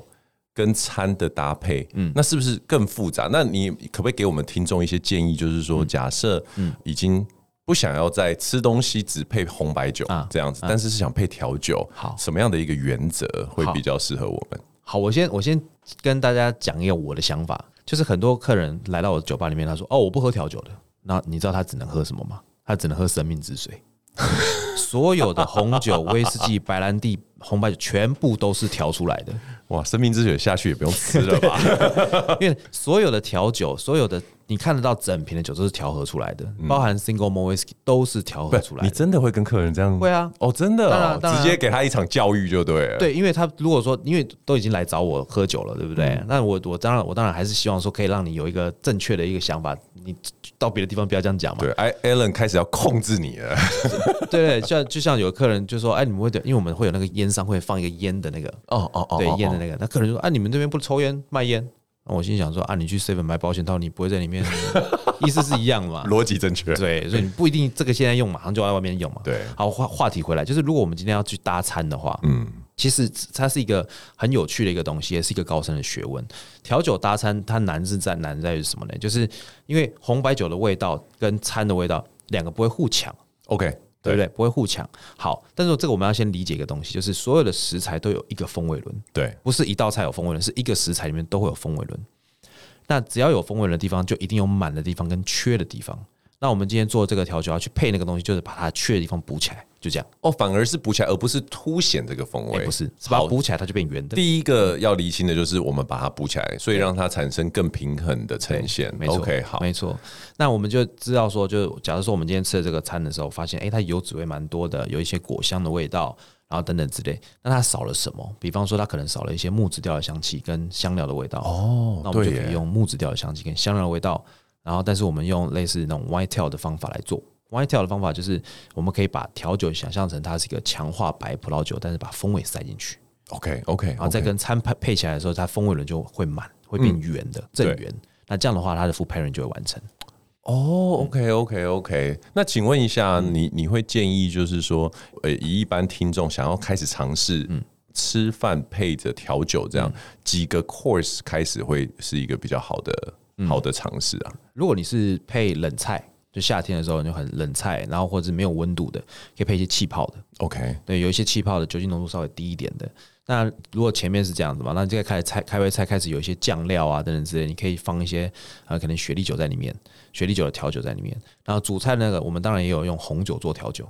跟餐的搭配，嗯，那是不是更复杂？那你可不可以给我们听众一些建议？就是说，
嗯
假设嗯已经不想要再吃东西只配红白酒
啊
这样子，但是是想配调酒，
好
什么样的一个原则会
好
比较适合我们？
好，我先我先跟大家讲一个我的想法。就是很多客人来到我酒吧里面，他说：“哦，我不喝调酒的。”那你知道他只能喝什么吗？他只能喝生命之水。 [laughs] 所有的红酒、威士忌、白兰地、红白酒全部都是调出来的，
哇，生命之水下去也不用吃了
[laughs]
吧？
因为所有的调酒，所有的你看得到整瓶的酒都是调和出来的，包含 single malt whisky 都是调和出来
你
的。
真的会跟客人这样？
会啊
哦，真的
当
哦
然，当然
直接给他一场教育就对了。
对，因为他如果说，因为都已经来找我喝酒了，对不对？
嗯
那我我当然我当然还是希望说，可以让你有一个正确的一个想法。你到别的地方不要这样讲嘛。
对，哎，Alan 开始要控制你了。
对对，像就像有客人就说，哎，你们会的，因为我们会有那个烟商会放一个烟的那个，
哦哦
对烟的那个，那客人就说，啊，你们这边不抽烟卖烟？那我心里想说，啊，你去 seven 买保险套，你不会在里
[laughs]
面，意思是一样嘛？
逻辑正确。
对，所以你不一定这个现在用，马上就要在外面用嘛。
对
好话话题回来，就是如果我们今天要去搭餐的话，嗯，其实它是一个很有趣的一个东西，也是一个高深的学问。调酒搭餐，它难是在难在于什么呢？就是因为红白酒的味道跟餐的味道两个不会互抢，
，OK，
对不对？不会互抢。好，但是这个我们要先理解一个东西，就是所有的食材都有一个风味轮，
对
不是一道菜有风味轮，是一个食材里面都会有风味轮。那只要有风味轮的地方，就一定有满的地方跟缺的地方。那我们今天做这个调酒要去配那个东西，就是把它缺的地方补起来，就这样。
哦，反而是补起来，而不是凸显这个风
哎、
味。
不是，是把它
好。
补起来，它就变圆的。
第一个要厘清的就是我们把它补起来，所以让它产生更平衡的呈现。
没错
OK，好，
没错。那我们就知道说，就假如说我们今天吃的这个餐的时候，发现哎、诶它油脂味蛮多的，有一些果香的味道，然后等等之类。那它少了什么？比方说，它可能少了一些木质调的香气跟香料的味道。哦，那我们就
对
可
耶
以用木质调的香气跟香料的味道，然后但是我们用类似那种 white tail 的方法来做。white tail 的方法就是我们可以把调酒想象成它是一个强化白葡萄酒，但是把风味塞进去。
OK，OK，
然后再跟餐配配起来的时候，它风味轮就会满，会变圆的、正圆。那这样的话，它的 full pairing 就会完成。
哦，OK，OK，OK。那请问一下，
嗯
你你会建议就是说，呃，以一般听众想要开始尝试
嗯
吃饭配着调酒这样几个 course 开始会是一个比较好的
嗯
好的尝试啊？
如果你是配冷菜，就夏天的时候你就很冷菜，然后或者是没有温度的，可以配一些气泡的。
OK，
对，有一些气泡的酒精浓度稍微低一点的。那如果前面是这样子嘛，那你这个开始菜开胃菜开始有一些酱料啊等等之类，你可以放一些呃可能雪莉酒在里面，雪莉酒的调酒在里面。然后主菜那个我们当然也有用红酒做调酒，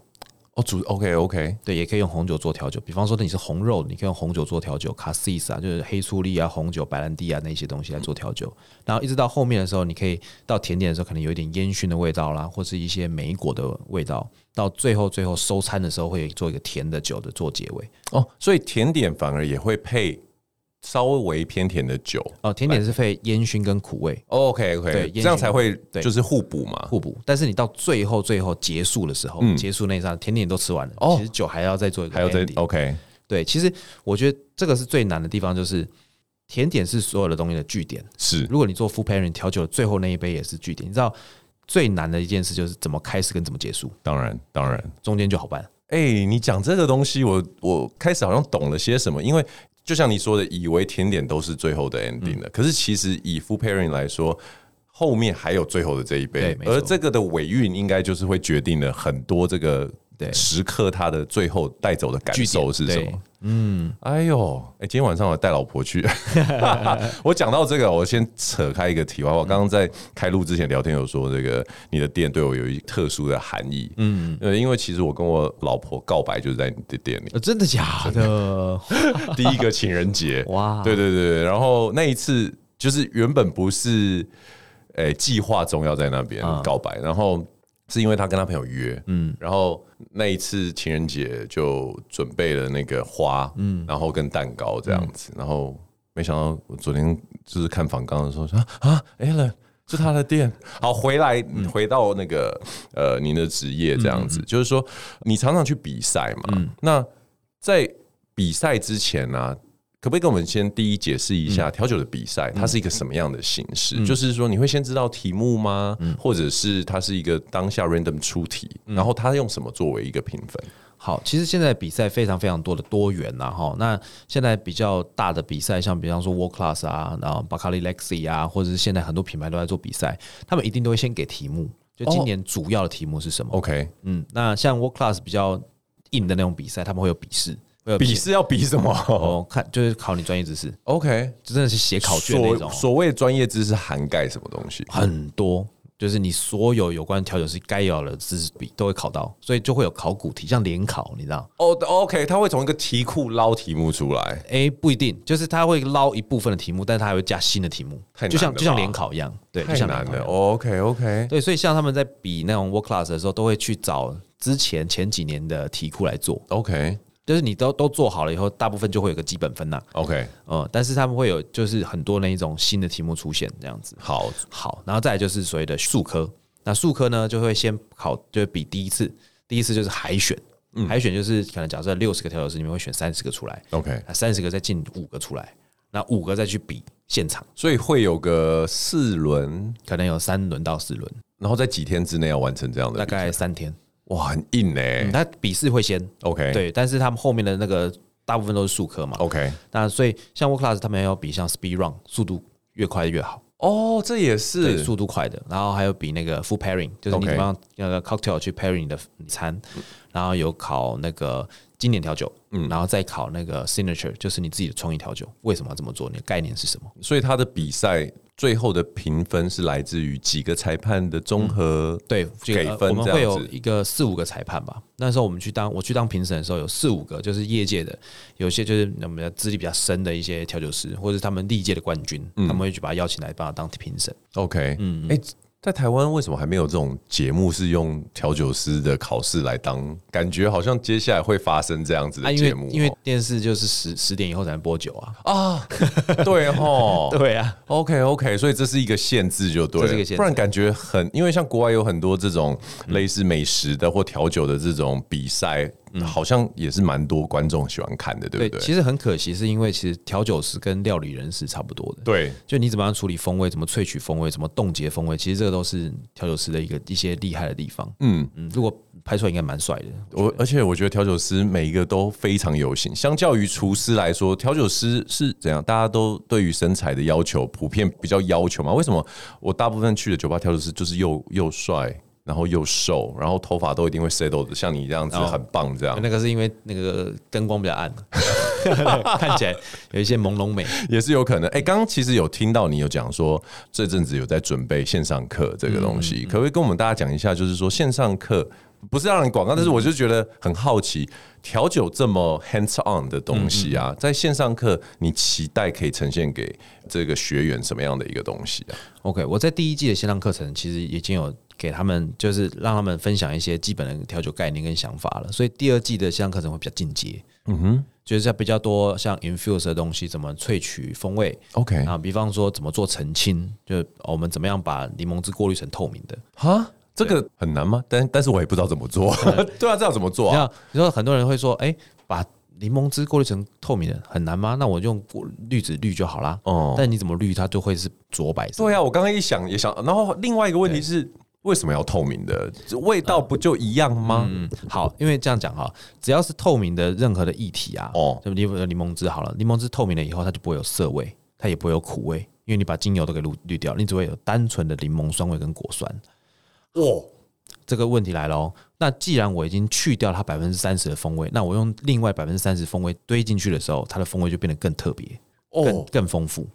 哦，主 OK，OK，
对，也可以用红酒做调酒。比方说你是红肉，你可以用红酒做调酒，卡西斯啊，就是黑醋栗啊、红酒、白兰地啊那些东西来做调酒。然后一直到后面的时候，你可以到甜点的时候，可能有一点烟熏的味道啦，或是一些莓果的味道。到最后最后收餐的时候，会做一个甜的酒的做结尾。
哦，所以甜点反而也会配稍微偏甜的酒。
哦、甜点是配烟熏跟苦味
OK，OK，
对
这样才会
对
就是互补嘛。
互补，但是你到最后最后结束的时候，结束那一刹那，甜点都吃完了，
哦
其实酒还要再做一个 ending，
还有哦在 OK，
对，其实我觉得这个是最难的地方，就是甜点是所有的东西的据点。
是
如果你做 full pairing 调酒，最后那一杯也是据点。你知道最难的一件事就是怎么开始跟怎么结束，
当然当然。
中间就好办。
哎、你讲这个东西，我我开始好像懂了些什么，因为就像你说的，以为甜点都是最后的 ending 的，可是其实以 f o o pairing 来说，后面还有最后的这一
对
杯，
没错
而这个的尾韵应该就是会决定了很多这个
对
时刻它的最后带走的感
据点
受是什
对
么。嗯，哎呦，哎、今天晚上我带老婆
[laughs]
去。我讲到这个，我先扯开一个题外话。我刚刚在开录之前聊天有说，这个你的店对我有一特殊的含义。嗯，呃，因为其实我跟我老婆告白就是在你的店里，
呃，真的假的？
[laughs] 第一个情人 [laughs] 节。
哇
对对对对，然后那一次就是原本不是，诶、计划中要在那边告白，然后是因为他跟他朋友约，嗯，然后那一次情人节就准备了那个花，嗯，然后跟蛋糕这样子，然后没想到我昨天就是看访刚的时候说啊，Alan。是他的店，好回来回到那个呃您的职业这样子，就是说你常常去比赛嘛，那在比赛之前呢、可不可以跟我们先第一解释一
嗯
下调酒的比赛，它是一个什么样的形式？就是说，你会先知道题目吗？
嗯
或者是它是一个当下 random 出题，然后它用什么作为一个评分？
[laughs] 好，其实现在比赛非常非常多的多元啦，哈。那现在比较大的比赛，像比方说 World Class 啊，然后 Bacardi Lexi 啊，或者是现在很多品牌都在做比赛，他们一定都会先给题目，就今年主要的题目是什么？
OK，
嗯，那像 World Class 比较硬的那种比赛，他们会有笔试，会有
笔试要比什么、
[laughs] 哦，看就是考你专业知识，
o k
就真的是写考卷那
所
种，
所谓专业知识涵盖什么东西？
很多。就是你所有有关调酒师该有的知识比都会考到，所以就会有考古题，像联考，你知道？
哦、o k 他会从一个题库捞题目出来。
哎、不一定，就是他会捞一部分的题目，但是他还会加新的题目
太难，
就像
了吧
就像联考一样，对，
太
就像
难
联考一
了。
样
OK OK，
对，所以像他们在比那种 work class 的时候，都会去找之前前几年的题库来做，
OK
就是你都都做好了以后，大部分就会有个基本分呐、
OK，
嗯，但是他们会有就是很多那一种新的题目出现这样子。
好，
好，然后再来就是所谓的数科，那数科呢就会先考，就是比第一次，第一次就是海选，海选就是可能假设六十个调酒师，你们会选三十个出来
OK
那三十个再进五个出来，那五个再去比现场，
所以会有个四轮，
可能有三轮到四轮，
然后在几天之内要完成这样的
大
比赛，
概三天。
哇，很硬呢、
嗯他笔试会先
OK 哦
对，但是他们后面的那个大部分都是数科嘛。
OK，
那所以像 Work Class 他们要比像 Speed Run 速度越快越好，
哦，这也
对，
是
速度快的，然后还有比那个 Food Pairing，就是你
OK
怎么样那个 Cocktail 去 Pairing 你的餐，然后有考那个经典调酒，嗯，然后再考那个 Signature，就是你自己的创意调酒，为什么要这么做？你的概念是什么？
所以他的比赛最后的评分是来自于几个裁判的综合、
对，这个
给
呃
分
我们
这
会
样
有
子
一个四五个裁判吧。那时候我们去当我去当评审的时候，有四五个就是业界的，有些就是我们的资历比较深的一些调酒师，或者是他们历届的冠军，
嗯
他们会去把他邀请来帮他当评审。
OK，嗯，哎、在台湾为什么还没有这种节目是用调酒师的考试来当？感觉好像接下来会发生这样子
啊，
的
因
节
为
目哦、
因为电视就是十十点以后才能播酒啊。
啊，对哦
[laughs]
吼，
对啊，
OK OK，所以这是一个限制就对了，
这是一个限制
不然感觉很，因为像国外有很多这种类似美食的或调酒的这种比赛，好像也是蛮多观众喜欢看的，对
嗯对
不对？
其实很可惜，是因为其实调酒师跟料理人是差不多的。
对
就你怎么样处理风味，怎么萃取风味，怎么冻结风味，其实这个都是调酒师的一个一些厉害的地方。嗯嗯，如果拍出来应该蛮帅的。
我，而且我觉得调酒师每一个都非常有型，相较于厨师来说，调酒师是怎样？大家都对于身材的要求普遍比较要求嘛？为什么我大部分去的酒吧调酒师就是又又帅，然后又瘦，然后头发都一定会 settle 的，像你这
哦
样子很棒这样。
那个是因为那个灯光比较暗，啊 [laughs] 看起来有一些朦胧美。
也是有可能。哎、刚刚其实有听到你有讲说，这阵子有在准备线上课这个东西，可不可以跟我们大家讲一下？就是说线上课不是让人广告，但是我就觉得很好奇，调酒这么 hands on 的东西啊，在线上课你期待可以呈现给这个学员什么样的一个东西啊？
OK，我在第一季的线上课程其实已经有给他们，就是让他们分享一些基本的调酒概念跟想法了。所以第二季的线上课程会比较进阶，嗯哼，就是在比较多像 infuse 的东西，怎么萃取风味
OK
啊，比方说怎么做澄清，就哦我们怎么样把柠檬汁过滤成透明的。
哈，这个很难吗？但但是我也不知道怎么做。对啊，这要怎么做啊？
像你说很多人会说，哎、把柠檬汁过滤成透明的很难吗？那我用过滤纸滤就好啦。
哦
哦，但你怎么滤它就会是浊白色。
对啊，我刚刚一想也想，然后另外一个问题是。为什么要透明的？味道不就一样吗？
好，因为这样讲哈，只要是透明的任何的液体啊，
哦
哦，就柠檬柠檬汁好了，柠檬汁透明了以后，它就不会有涩味，它也不会有苦味，因为你把精油都给滤滤掉，你只会有单纯的柠檬酸味跟果酸。
哦，
这个问题来喽，那既然我已经去掉它百分之三十的风味，那我用另外百分之三十风味堆进去的时候，它的风味就变得更特别，
哦
更更丰富。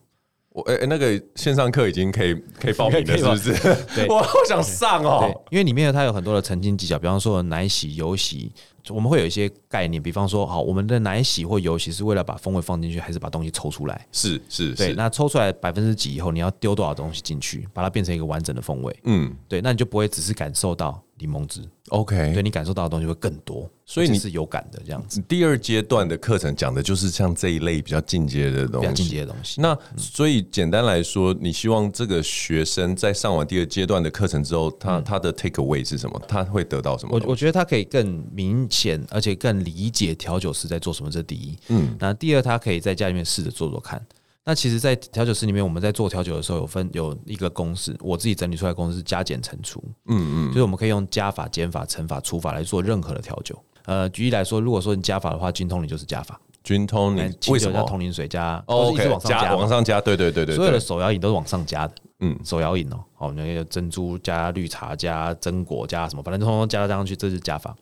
我哎、欸那个线上课已经可以可以报名了，
可以
是不
报
是？ [laughs]
对
我好想上
对
哦。，
因为里面它有很多的澄清技巧，比方说奶洗、油洗，我们会有一些概念，比方说，好，我们的奶洗或油洗是为了把风味放进去，还是把东西抽出来？
是是
对，
是，
那抽出来百分之几以后，你要丢多少东西进去，把它变成一个完整的风味。
嗯
对，那你就不会只是感受到柠檬汁，对
，OK。
你感受到的东西会更多，
所以你
这
嗯
是有感的这样子，
第二阶段的课程讲的就是像这一类比较进阶的东
比
西，
较进阶嗯的东西。
那所以简单来说，你希望这个学生在上完第二阶段的课程之后，他、他的 take away 是什么？他会得到什么
嗯我
东西？
我觉得它可以更明显，而且更理解调酒师在做什么，这是第一。嗯，那第二，他可以在家里面试着做做看。那其实，在调酒师里面，我们在做调酒的时候，有分有一个公式，我自己整理出来的公式是加减乘除。嗯嗯，就是我们可以用加法、减法、乘法、除法来做任何的调酒。呃，举例来说，如果说你加法的话，金通你就是加法，
君通，
来
你
清
嗯为
酒
什
加
么
通灵水加，
哦
都是一直
？OK，
往上加
往
嘛，
上加，对对对对
所有的
对，
手摇饮都是往上加的。
嗯
嗯，手摇饮哦，好，我们有珍珠加绿茶加榛果加什么，反正通通加加上去，这是加法。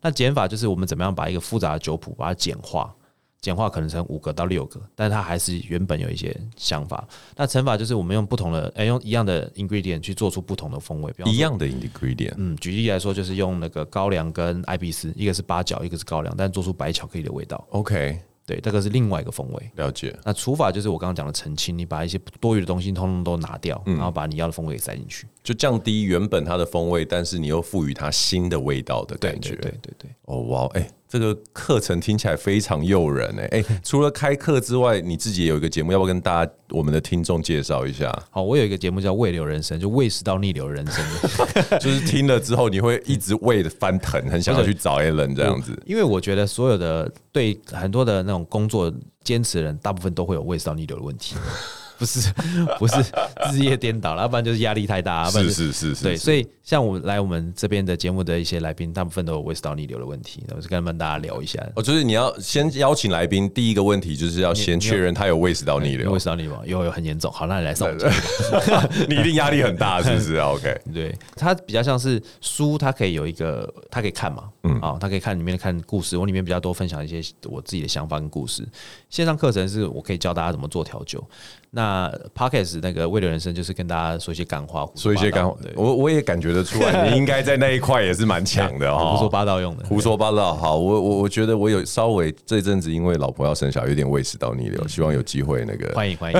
那减法就是我们怎么样把一个复杂的酒谱把它简化，简化可能成五个到六个，但是它还是原本有一些想法。那乘法就是我们用不同的，哎、用一样的 ingredient 去做出不同的风味，比方
一
说
样的 ingredient，
嗯，举例来说，就是用那个高粱跟艾比斯，一个是八角，一个是高粱，但做出白巧克力的味道。
OK，
对，这个是另外一个风味。
了解。
那除法就是我刚刚讲的澄清，你把一些多余的东西通通都拿掉，然后把你要的风味给塞进去。
就降低原本它的风味，但是你又赋予它新的味道的感觉。
对对对，
哦哇，哎、这个课程听起来非常诱人哎、
[laughs]
哎、
嗯
除了开课之外，你自己也有一个节目，要不要跟大家我们的听众介绍一
[laughs]
下？
好，我有一个节目叫《胃流人生》，就胃食道逆流人生的
就是听了之后，你会一直胃的翻腾，很想要去找 Alan 这样子。
因为我觉得所有的对很多的那种工作坚持的人，大部分都会有胃食道逆流的问题，不是不是日夜颠倒了，要不然就是压力太大，啊要不然就是
是是
对，
是
所以像我们来我们这边的节目的一些来宾，大部分都有胃食道逆流的问题，那我就跟他们大家聊一下。
哦，就是你要先邀请来宾，第一个问题就是要先确认他有胃食道逆
哎有
流
胃，食道逆流吗有有很严重，好，那你来
[laughs]
上我们节目。
你一定压力很大，是不是啊？OK，
对，它比较像是书，它可以有一个，它可以看嘛，嗯，啊、它可以看里面看故事，我里面比较多分享一些我自己的想法跟故事。线上课程是我可以教大家怎么做调酒，那 podcast 那个为了人生就是跟大家说一些干话，胡说
说一些
八
干
道
话，我我也感觉得出来，你应该在那一块也是蛮强的
对 [laughs]
哈。
胡说八道用的，
哦胡说八道，好，我我我觉得我有稍微这阵子因为老婆要生小孩，有点胃食道逆流，希望有机会那个。
嗯欢迎欢迎，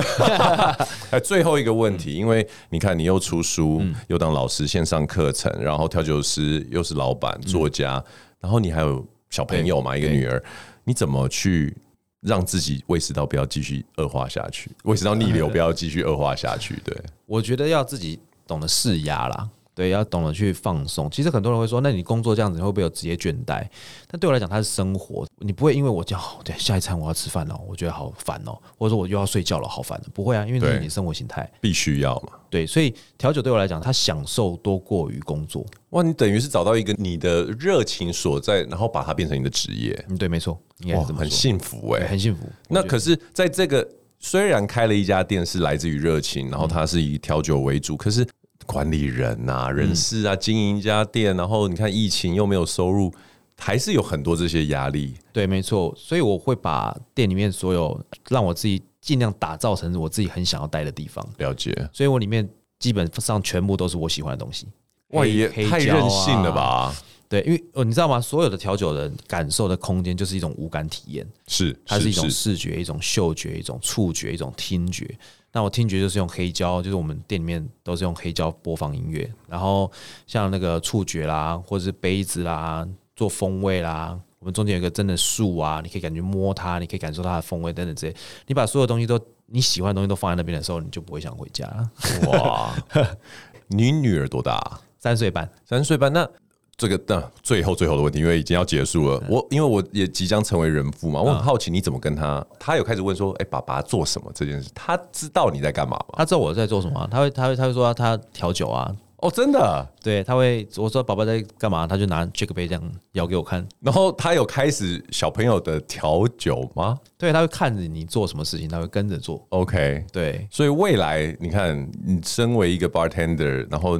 [laughs] 哎，最后一个问题，因为你看你又出书，
嗯
又当老师线上课程，然后调酒师又是老板、作家，
嗯
然后你还有小朋友嘛，一个女儿，你怎么去让自己胃食道不要继续恶化下去，胃食道逆
[laughs]
流不要继续恶化下去？对，
我觉得要自己懂得释压啦，对，要懂得去放松。其实很多人会说，那你工作这样子你会不会有职业倦怠？但对我来讲，它是生活，你不会因为我讲、哦、对下一餐我要吃饭了，我觉得好烦哦，或者说我又要睡觉了，好烦的，不会啊，因为这是
对
你的生活形态。
必须要嘛。
对，所以调酒对我来讲，它享受多过于工作。
哇，你等于是找到一个你的热情所在，然后把它变成你的职业，
嗯，对，没错，应该
哇，
是这么
很
说，
幸福哎、
对很幸福。
那可是在这个虽然开了一家店是来自于热情，然后它是以调酒为主，可是管理人
嗯
啊、人事啊、经营一家店，然后你看疫情又没有收入，还是有很多这些压力。
对，没错，所以我会把店里面所有让我自己尽量打造成我自己很想要待的地方，
了解，
所以我里面基本上全部都是我喜欢的东西。
哇，
黑
也
黑
太
椒啊
任性了吧？
对，因为呃，你知道吗？所有的调酒人感受的空间就是一种无感体验，
是，
它是一种视觉、一种嗅觉、一种触觉、一种听觉。那我听觉就是用黑胶，就是我们店里面都是用黑胶播放音乐，然后像那个触觉啦，或者是杯子啦，做风味啦。我们中间有一个真的树啊，你可以感觉摸它，你可以感受它的风味等等这些。你把所有东西都你喜欢的东西都放在那边的时候，你就不会想回家了。
哇。 [laughs] 你女儿多大啊、
[laughs] 三岁半，
三岁半。那这个那、最后最后的问题，因为已经要结束了，我因为我也即将成为人父嘛，我很好奇你怎么跟他，他有开始问说，哎、爸爸做什么这件事，他知道你在干嘛吗？
他知道我在做什么啊、他会他会他会说他调酒啊，
哦，真的。
对，他会我说宝宝在干嘛，他就拿 Jack 杯这样摇给我看。
然后他有开始小朋友的调酒吗
对，他会看着你做什么事情，他会跟着做。
？OK，
对，
所以未来你看，你身为一个 bartender，然后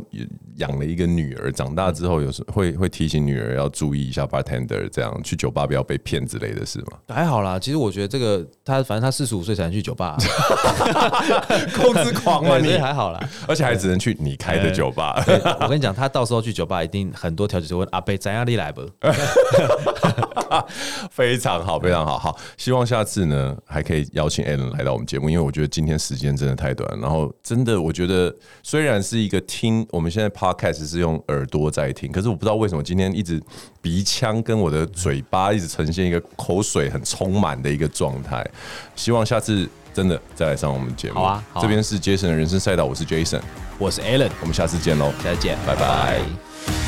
养了一个女儿，长大之后有时会会提醒女儿要注意一下 bartender，这样去酒吧不要被骗之类的事吗？
还好啦。其实我觉得这个他反正他四十五岁才能去酒吧、
控制狂吗 [laughs]
对所
你
以？还好啦。
而且还只能去你开的酒吧。
对我跟你讲，他到时候去酒吧一定很多调酒师问阿贝咱压力来不？
[laughs] 非常好，非常好，好，希望下次呢还可以邀请 Alan 来到我们节目，因为我觉得今天时间真的太短，然后真的我觉得虽然是一个听，我们现在 Podcast 是用耳朵在听，可是我不知道为什么今天一直鼻腔跟我的嘴巴一直呈现一个口水很充满的一个状态，希望下次真的再来上我们节目。
好啊好啊
这边是 Jason 的人生赛道，我是 Jason，
我是 Alan，
我们下次见喽，
下次见，
拜拜
拜